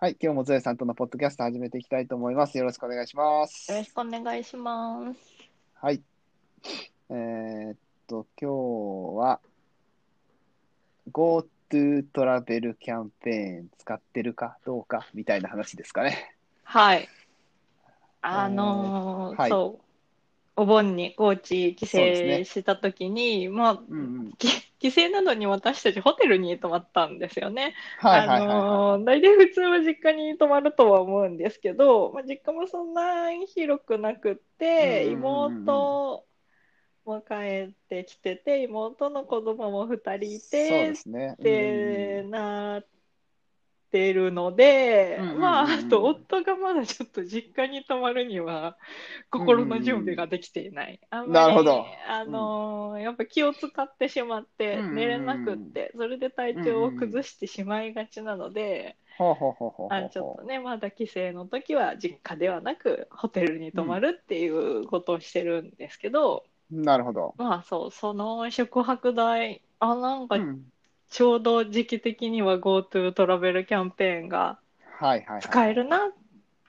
はい、今日もゾエさんとのポッドキャスト始めていきたいと思います。よろしくお願いしますよ。ろしくお願いします。はい。えーっと、今日は GoTo トラベルキャンペーン使ってるかどうかみたいな話ですかね。はい。あのーえーはいそう。お盆に高知帰省そうですねしたときに、まあ、うんうん。き帰省なのに私たちホテルに泊まったんですよね。はいはいはい、あはのー大体普通は実家に泊まるとは思うんですけど、まあ、実家もそんな広くなくって、うんうんうんうん妹も帰ってきてて、妹の子供も2人い。いそうてで、すね。っうんてなってるので、うんうんうんうんまあ、あと夫がまだちょっと実家に泊まるには心の準備ができていない。あんまりなるほどあのーやっぱ気を使ってしまってうんうんうん寝れなくって、それで体調を崩してしまいがちなので、ほうほうほうほうほうあちょっとね、まだ帰省の時は実家ではなくホテルに泊まるっていうことをしてるんですけど、なるほど。まあそう、その宿泊代、あ、なんかうんちょうど時期的には GoTo トラベルキャンペーンがはいはいはい。使えるなっ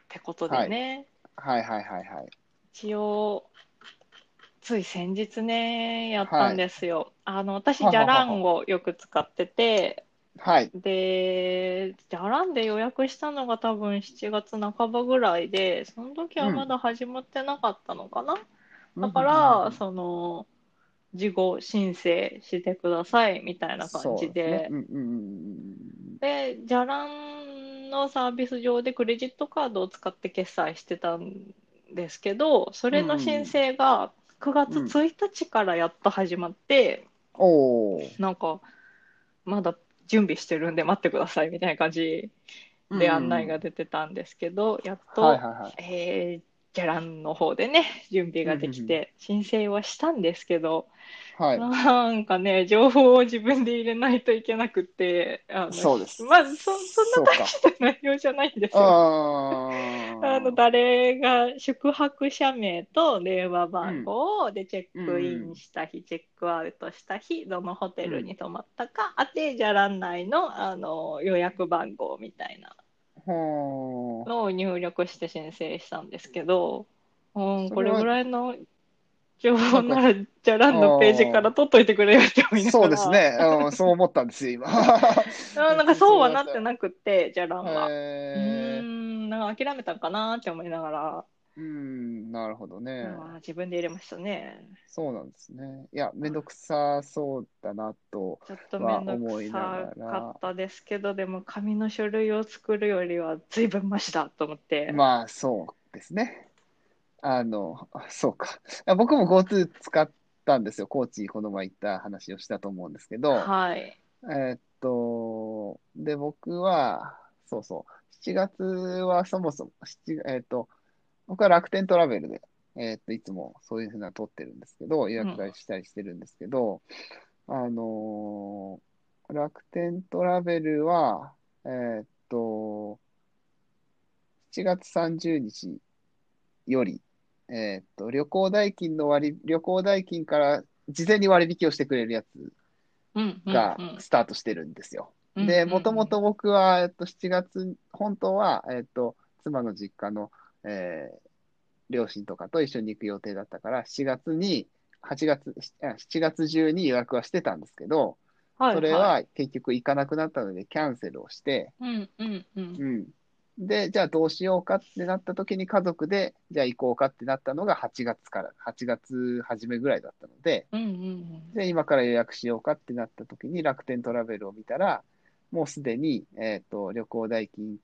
てことでね、はいはいはいはい。一応つい先日ねやったんですよ、あの私じははゃははらんをよく使っててはい。でじゃらんで予約したのが多分7月半ばぐらいでその時はまだ始まってなかったのかな、だかうんうんうらん、その事後申請してくださいみたいな感そうじすねでうんうんうんうんで、じゃらんのサービス上でクレジットカードを使って決済してたんですけど、それの申請が9月1日からやっと始まって、おお。なんか、まだ準備してるんで待ってくださいみたいな感じで案内が出てたんですけど、やっと、はいはいはい。えーじゃらんの方でね、準備ができて、申請はしたんですけど、はい。なんかね、情報を自分で入れないといけなくて、あのそうですまあ、そ、そんなそうか大した内容じゃないんですよ。あーあの、誰が宿泊者名と電話番号でチェックインした日、チェックアウトした日、どのホテルに泊まったか、あて、じゃらん内の、あの、予約番号みたいなほーのを入力して申請したんですけど、うん、それはこれぐらいの情報なら、じゃらんのページから取っといてくれよって思いながらそうですね、うん、そう思ったんですよ、 今。あなんかそうはなってなくって、じゃらんは。うーへーん、なんか諦めたんかなって思いながら、うん、なるほどね。うん自分で入れましたね。そうなんですね。いや、めんどくさそうだなと。ちょっと面倒くさかったですけど、でも紙の書類を作るよりは随分マシだと思って。まあ、そうですね。あの、そうか。僕も GoTo 使ったんですよ。高知、この前行った話をしたと思うんですけど。はい。えーっと、で、僕は、そうそう、7月はそもそも、7、えーっと、僕は楽天トラベルで、えーっと、いつもそういうふうなの取ってるんですけど、予約がしたりしてるんですけど、あのー楽天トラベルは、えーっと、7月30日より、えーっと、旅行代金の割り、旅行代金から事前に割引をしてくれるやつうん、うん、がうスタートしてるんですよ。ん。で、もともうんと僕は、えっと、7月、本当は、えっと、妻の実家の、えー両親とかと一緒に行く予定だったから、7月に、8月、あ7月中に予約はしてたんですけど、うん、それいは結局行かなくなったのでキャンセルをして、い、うん、うん、うん。うん。で、じゃあどうしようかってなった時に家族で、じゃあ行こうかってなったのが8月から、8月初めぐらいだったので、うん、うん、で、今から予約しようかってなった時に楽天トラベルを見たら、もうすでに、えっと、旅行代金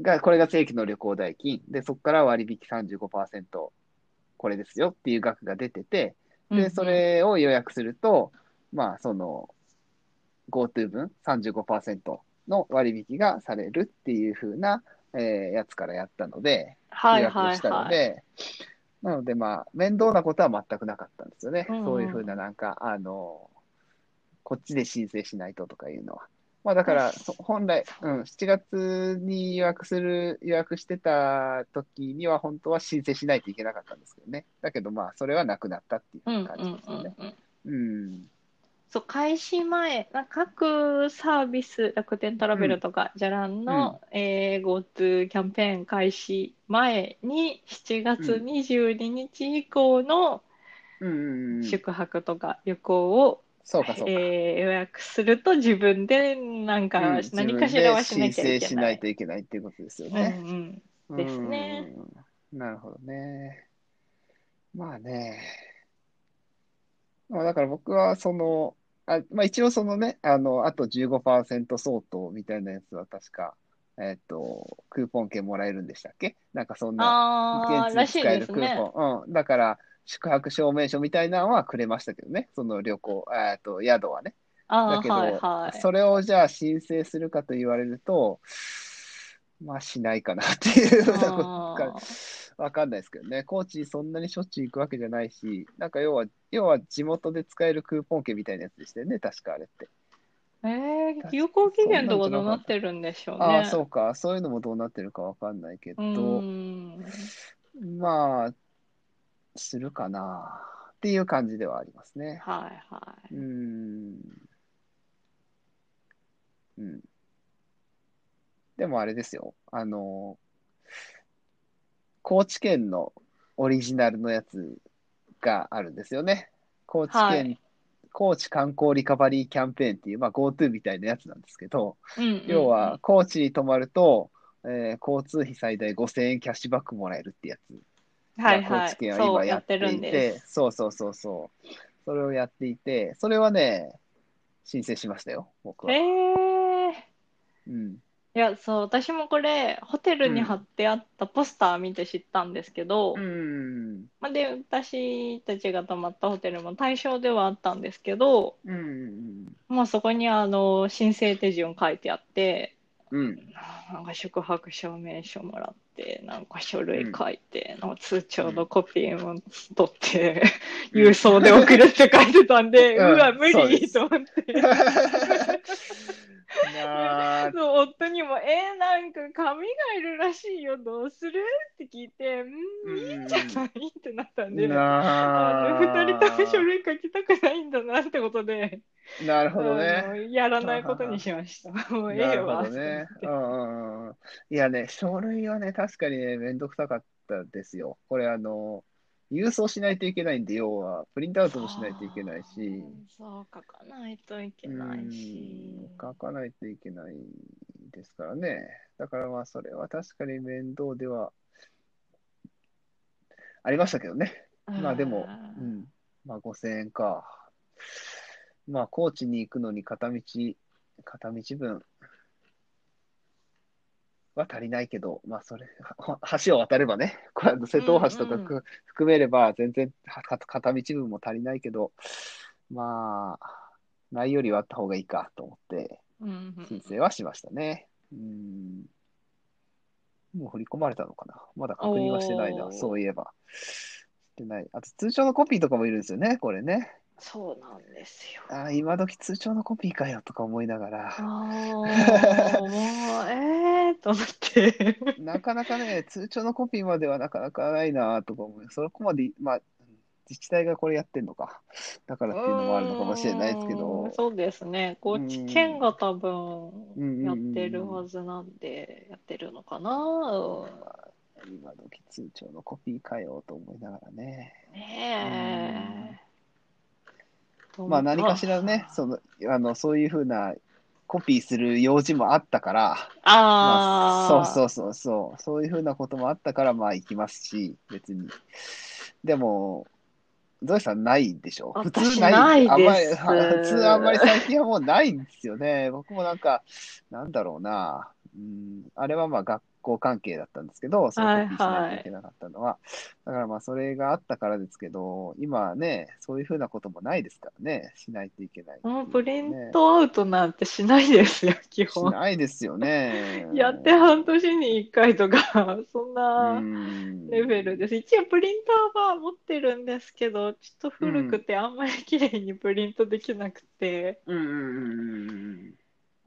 が、これが正規の旅行代金。で、そこから割引35%、これですよっていう額が出てて、うん。で、それを予約すると、まあ、その、GoTo 分35%の割引がされるっていう風な、えーやつからやったので、予はい、約をはい、したのはで、い。なのでまあ、面倒なことは全くなかったんですよね。うんうんそういうふうな、なんか、あの、こっちで申請しないととかいうのは。まあだから、そ本来、うん、7月に予約する、予約してた時には本当は申請しないといけなかったんですけどね。だけどまあ、それはなくなったっていううん、うん、感じですよね。うん。うん。そう開始前、な各サービス、楽天トラベルとか、じゃらんの、えー、GoTo キャンペーン開始前に、7月うん22日以降のうんうんうん。宿泊とか旅行を、そうか、そうか。えー予約すると、自分でなんか、うん何かしらはしなき自ゃ分で申請いけしなないい。といけないっていうことですようんうね。ん、ですねうん。なるほどね。まあね。まあだから僕はその、あ、まあ一応そのね、あの、あと15%相当みたいなやつは確か、えっと、クーポン券もらえるんでしたっけなんかそんな、ああ、現ら地しにい使えでるすクーね。ポン。うん。だから、宿泊証明書みたいなのはくれましたけどね。その旅行、えっと、宿はね。あだあ、けはいど、はい。それをじゃあ申請するかと言われると、まあしないかなっていうようなことあか、わかんないですけどね。高知そんなにしょっちゅう行くわけじゃないし、なんか要は、要は地元で使えるクーポン券みたいなやつでしたよね、確かあれって。えー、有効期限とかどうなってるんでしょうね。ああ、そうか。そういうのもどうなってるかわかんないけうど、ん。まあ、するかなっていう感じではありますね。はいはうい。ーん。うん。でもあれですよ。あの、高知県のオリジナルのやつがあるんですよね。高知県、はい高知観光リカバリーキャンペーンっていう、まあ GoTo みたいなやつなんですけど、うんうんうん要は、高知に泊まると、えー交通費最大5000円キャッシュバックもらえるってやつ。はいまあは高知県い。はそ今やう、やっってていて、るんです。そうそうそうそう。それをやっていて、それはね、申請しましたよ、僕えは。ー。うん。いや、そう、私もこれ、ホテルに貼ってあったポスター見て知ったんですけど、うん。まあで、私たちが泊まったホテルも対象ではあったんですけど、うん。まあそこにあの、申請手順書いてあって、うん。なんか宿泊証明書もらって、なんか書類書いて、なんか通帳のコピーも取って、うん郵送で送るって書いてたんで、ううんわ、無そうで理すと思って。まあ、 そう夫にも「えー、なんか紙がいるらしいよどうする?」って聞いて「うんいいんじゃない?」ってなったんで、あのな2人とも書類書きたくないんだなってことで、なるほどあね。のやらないことにしま した。もうえなえるほわどね。うんうんうん。いやね、書類はね、確かにね、めんどくさかったですよ。これ、あの、郵送しないといけないんで、要は、プリントアウトもしないといけないし、そう書かないといけないしうん書かないといけないですからね。だからまあ、それは確かに面倒ではありましたけどね。まあでも、ううんん、まあ5000円か。まあ、高知に行くのに片道、片道分は足りないけど、まあ、それ、 は橋を渡ればね、これ瀬戸大橋とかうんうんく含めれば、全然はか片道分も足りないけど、まあ、ないよりはあった方がいいかと思って、うんうん申請はしましたね。うん。もう振り込まれたのかなまだ確認はしてないな、おーそういえば。してない。あと、通帳のコピーとかもいるんですよね、これね。そうなんですよ。ああ、今時通帳のコピーかよとか思いながあーら。もうええー、と思って。なかなかね、通帳のコピーまではなかなかないなとか思う。そこまで、まあ、自治体がこれやってんのか。だからっていうのもあるのかもしれないですけうーどん。そうですね。高知県が多分やってるはずなんで、やってるのかな。うん今時通帳のコピーかよと思いながらね。ねえ。まあ何かしらね、その、あの、そういうふうなコピーする用事もあったから、まあ、あそうあ、そうそうそう、そういうふうなこともあったから、まあ行きますし、別に。でも、ゾエさんないでしょ普私通ないですあんまり、普通あんまり最近はもうないんですよね。僕もなんか、なんだろうな、うん、あれはまあ学校関係だったんですけど、そのコピーしないといけなかったのは。だからまあそれがあったからですけど、今ね、そういうふうなこともないですからね、しないといけない。もうプリントアウトなんてしないですよ、し基本。。ないですよねやって半年に1回とか、 そんなレレベルです。一応プリンターは持ってるんですけど、ちょっと古くてあんまり綺麗にプリントできなくて、うんうんうんうんうん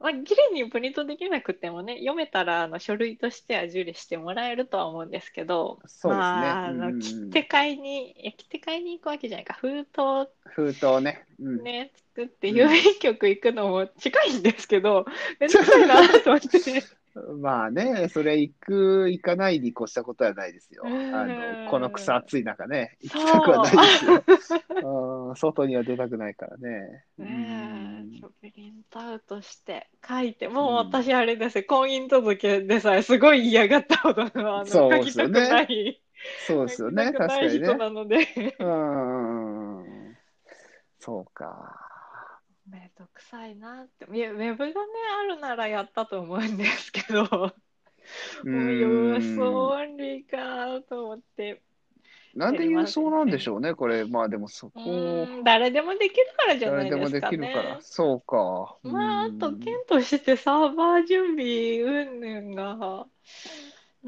まあ、綺麗にプリントできなくてもね、読めたらあの書類としては受理してもらえるとは思うんですけど、そうですねまあ、あうんうのん切手買いに、いや切手買いに行くわけじゃないか、封筒封筒ね。うん。ね、作って郵便局行くのも近いんですけど、めんどくさいなと思って。まあね、それ行く、行かないに越したことはないですよ。あうんの、この草暑い中ね、行そきうたくはないですよ。うん外には出たくないからね。 うねえ、んそうプリントアウトして書いて、もう私あれですよ、婚姻届でさえすごい嫌がったほどの、あの、そう書できすよたくねない、そうですよね、書きた確くなかいに人ね。なので、うん。そうか。めんどくさいなって、いやウェブがね、あるならやったと思うんですけど、もううん予想オンリーかと思って、なんで郵送なんでしょうね、これ。まあでもそこうーん誰でもできるからじゃな誰いでもですでかきるからね。。そうか。まあ、あうんと、県としてサーバー準備云々が、うん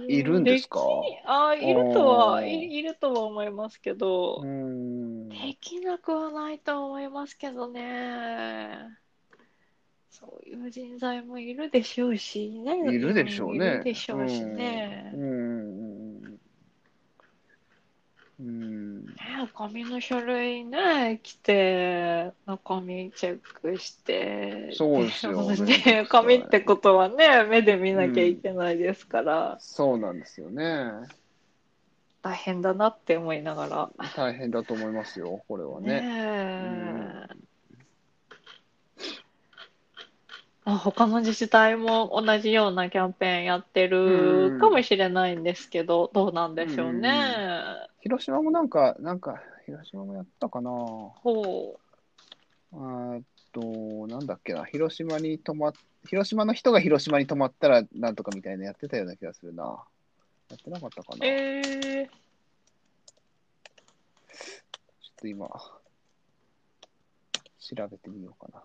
いるんですかできあ、いるとあは、ーいいるとは思いますけどう、ん。できなくはないと思いますけどね。そういう人材もいるでしょうしね。いるでしょうね。いるでしょうしねう。ん。うん。うん。ね、紙の書類ね、来て、中身チェックして、そうですよね、紙ってことはね、目で見なきゃいけないですから、そうなんですよね。大変だなって思いなが大変だと思いますよ、これはら。ね。ねえあ他の自治体も同じようなキャンペーンやってるかもしれないんですけど、どうなんでしょうね。広島もなんか、なんか、広島もやったかな。ほえーっと、なんだっけな、広島に泊まっ、広島の人が広島に泊まったらなんとかみたいなやってたような気がするな。やってなかったかう。な。ちょっえー、と今、調べてみようか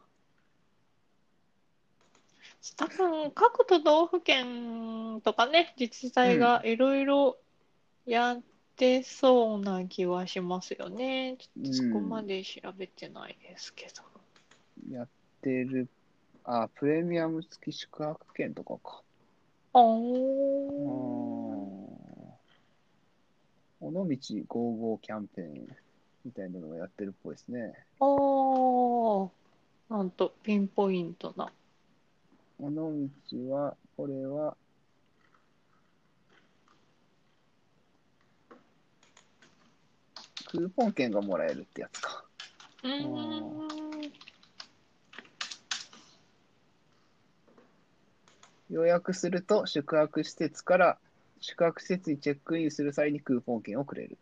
多分各都道府県とかね自治体がいろいろやってそうな気はしますよね、ちょっとそこまで調べてないですけど、な。やってる、あ、プレミアム付き宿泊券とかか。うーおーん。尾道55キャンペーンみたいなのをやってるっぽいですね。おーなんとピンポイントな尾道は、これは、クーポン券がもらえるってやつか。うーんお予約すると宿泊施設から宿泊施設にチェックインする際にクーポン券をくれる。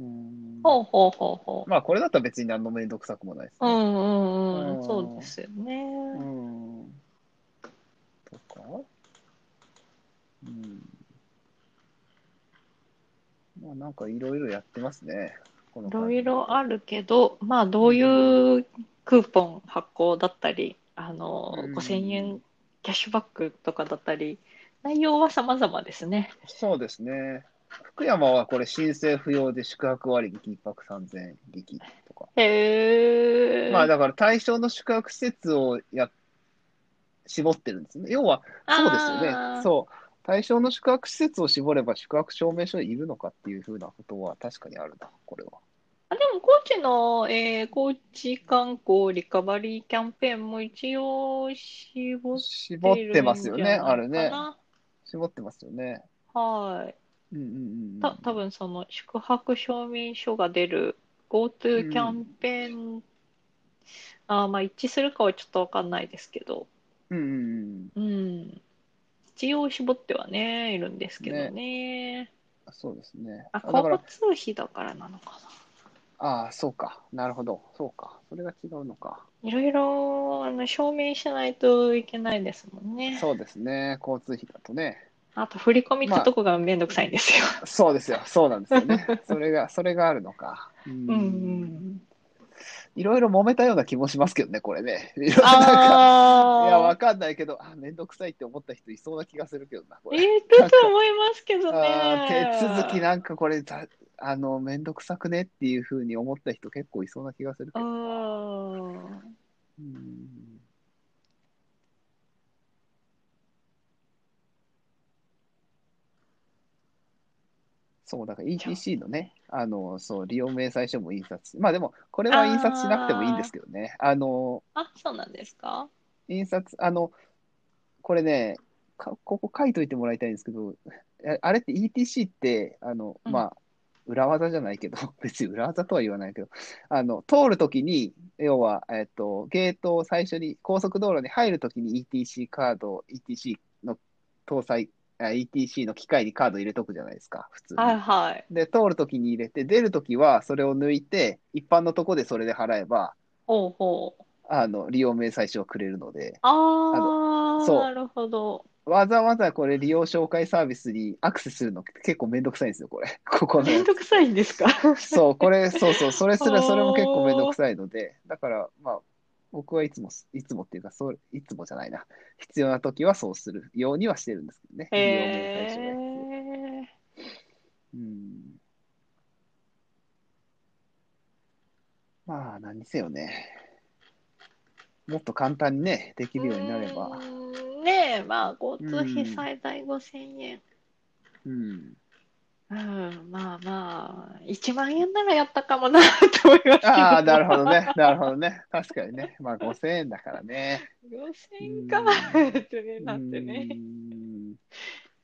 うーんほうほうほうほうまあこれだったら別に何の面倒くさくもないですうね。んうんううんんそうですよねうん。とかうん。まあなんかいろいろやってますね。このい感ろじいろあるけど、まあ、どういうクーポン発行だったり、あの、うん5000円キャッシュバックとかだったり、内容は様々ですね。そうですね。福山はこれ申請不要で宿泊割引1泊3000円引きとか。へ ーまあだから対象の宿泊施設をや絞ってるんですね。要はそうですよあね。ーそう。対象の宿泊施設を絞れば宿泊証明書いるのかっていうふうなことは確かにあるな、これは。あでも、高知の、えー高知観光リカバリーキャンペーンも一応絞っ絞ってるんじゃないかなてますよね、あれね。絞ってますよね。はい。うんうんうんうん。た多分その宿泊証明書が出る GoTo キャンペーン、あーまあ一致するかはちょっと分かんないですけど、うんうんうん。うん、一応絞ってはねいるんですけどねそうですね。ああだ交から、通費だからなのかああ、そうか。なるほど。そうか。それが違うのか。ないろいろあの証明しないといけないですもんねそうですね。交通費だとね。あと振り込みってとこがめんどくさいんですよ、そうですよ。そうなんですよね。 それが、それがあるのか。うんうんうんいろいろ揉めたような気もしますけどね、これね。いろいろ なんかいや、わああかんないけど、あ、めんどくさいって思った人いそうな気がするけどな、こいれ。ると思いますけどあねー手続きなんかこれだあの、めんどくさくねっていうふうに思った人結構いそうな気がするけうど。んうんそう、だから ETC のね、あの、そう、利用明細書も印刷。まあでも、これは印刷しなくてもいいんですけどね。あの、あ、そうなんですか印刷、あの、これね、かここ書いといてもらいたいんですけど、ああれって ETC って、あの、うんまあ、裏技じゃないけど、 別に裏技とは言わないけど、あの、通るときに、要は、えっと、ゲートを最初に、高速道路に入るときに ETC カード、ETC の搭載、あ ETC の機械にカード入れとくじゃないですか、普通に。はいはい。で、通るときに入れて、出るときはそれを抜いて、一般のとこでそれで払えば、ほうほう。あの、利用明細書をくれるので、ああ、そうなるほど。わざわざこれ利用紹介サービスにアクセスするの結構めんどくさいんですよ、これ。 ここの。めんどくさいんですかそう、これ、そうそう、それすおら、ーそれも結構めんどくさいので、だから、まあ、僕はいつも、いつもっていうか、そう、いつもじゃないな。必要なときはそうするようにはしてるんですけどね。利用明細書のやつをへえ。うんまあ、何せよね。もっと簡単にね、できるようになれば。うーんねえ、まあ、交通費最大5000円。うん。うん、まあまあ、1万円ならやったかもなと思いましたけど。ああ、なるほどね。なるほどね。確かにね。まあ、5000円だからね。 5000円かうん ってね、なってねう。ん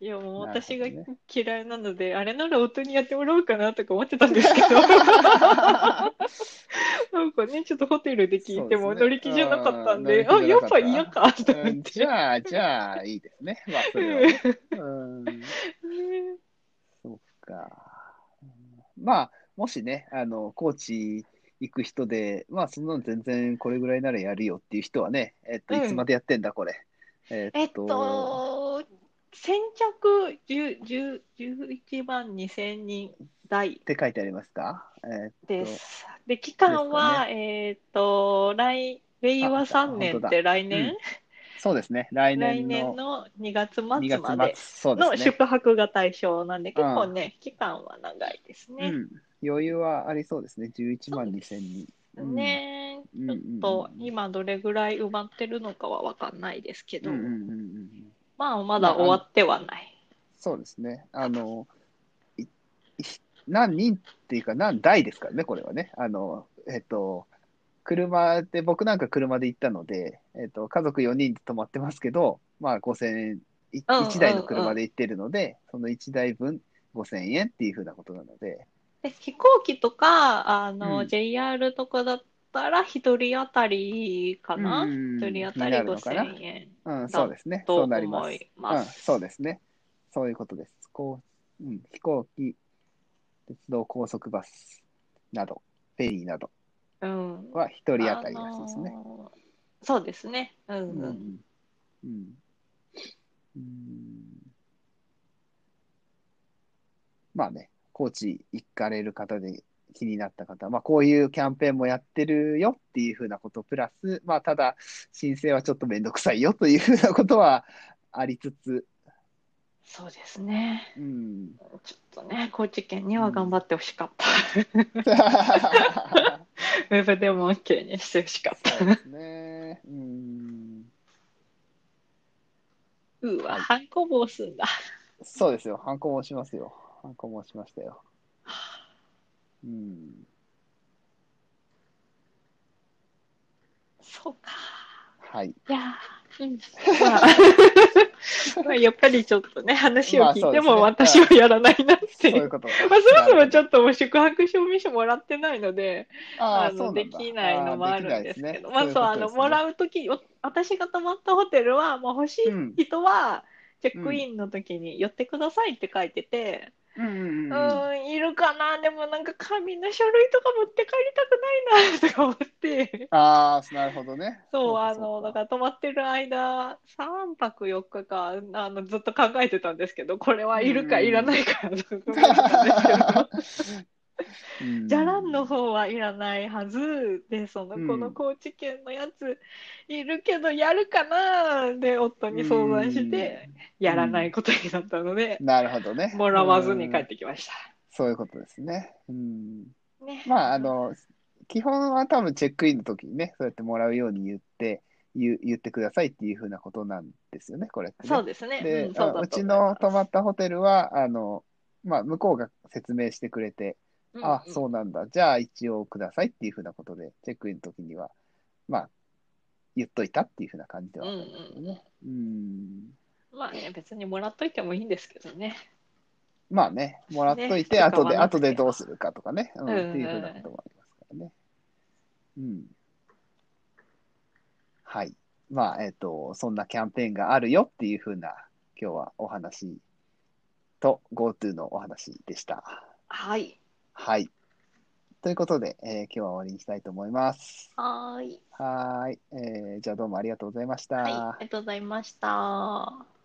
いや、もうなるほ私どがね嫌いなので、あれなら夫にやってもらおうかなとか思ってたんですけ ど、なんかね、ちょっとホテルで聞いてそうもですね乗り気じゃなかったんで、あー乗あ、り気じやゃっなかったぱ嫌かとう思っ んじて。ゃあ、じゃあ、いいですね。まあ、それはね。うん。そうか。うんまあ、もしね、あの、高知行く人で、まあ、そんなの全然これぐらいならやるよっていう人はね、えっと、うんいつまでやってんだ、これ。ええっ、と、先着10 10 11万2000人台って書いてありますかえっです。で、期間は、えっ、と、来、令和3年って来うん年、そうですね、来来年年のの2月末2月ま末で、そうでのすね。宿泊が対象なんで、結構ね、期間は長いですうね。ん、余裕はありそうですね、11万2000人。うんねうんちょっとうんうんうん今どれぐらい埋まってるのかは分かんないですけうど、んうんうんうん。まあまだ終わってはない。そうですね。あの、いい何人っていうか何台ですからね、これはね。あの、えっと、車で、僕なんか車で行ったので、えっと、家族4人で泊まってますけど、まあ5000円、いうんうんうん1台の車で行ってるので、その1台分5000円っていうふうなことなので、で飛行機とかあの、うん JR とかだったら一人当たりかな、うん一人当たにりなるのかな5000円うん、そうですね。とそう思ないりま。ますす。うん、そうですね。そういうことです。こう、うん、飛行機、鉄道高速バスなど、フェリーなどうんは1人当たりらしいですねあ。のーそうですね。うんううんんうんうんまあね、高知行かれる方で気になった方、まあ、こういうキャンペーンもやってるよっていうふうなこと、プラス、まあ、ただ、申請はちょっとめんどくさいよというふうなことはありつつ、そうですね。うん、ちょっとね、高知県には頑張ってほしかった。 そウェブでも OK にしてほしかった。うですね。うんうわ、はいハンコも押すんだ。そうですよ。反抗もしますよ。反抗もしましたよ。うん。そうか。はい。いやー、うん。まあ、まあやっぱりちょっとね、話を聞いてもまあそうです私ねはやらないなっそうて。いうこと。まあ、そもそもちょっっともう宿泊証明書もらってないので、と、あああ、そうなのんだできないのもあるんですけど、あまあーでそきう、なあいでのすねもらうとき、お私が泊まったホテルは、もう欲しいうん人は、チェックインの時に寄ってくださいって書いてて、うんうんううんうん。ーん、いるかな、でもなんか紙の書類とか持って帰りたくないなとか思 って、ああ、なるほどね。そう、あかの、だかから泊まってる間、3泊4日か、あの、ずっと考えてたんですけど、これはいるかうんいらないかとか思ってたんです けど、うんじゃらんの方はいらないはずで、その、うんこの高知県のやつ、いるけど、やるかな、で、夫に相談して、やらないことになったのでう、んなるほどね。もらわずに帰っうんてきました。そういうことですね。うん。ね。まあ、あの、基本は多分チェックインの時にね、そうやってもらうように言って、言う言ってくださいっていう風なことなんですよね、これってね。そうですね。で、うん、あそううだとち思いまのす泊まったホテルは、あの、まあ、向こうが説明してくれて、あ、うそうなんだ。じゃあ一応くださいっていうふうなことで、チェックインの時には、まあ、言っといたっていうふうな感じでんはうあんるんですけどね。うん。うん。まあね、別にもらっといてもいいんですけどね。まあね、もらっといて、ね後使で、わなく後てでどうするかとかね、うんうんうんっていうふうなこともありますからね。うん。はい。まあ、えっ、と、そんなキャンペーンがあるよっていうふうな、今日はお話と GoTo のお話でした。はい。はい。ということで、えー今日は終わりにしたいと思います。はーい。はーい、えーじゃあどうもありがとうございました。はい。ありがとうございました。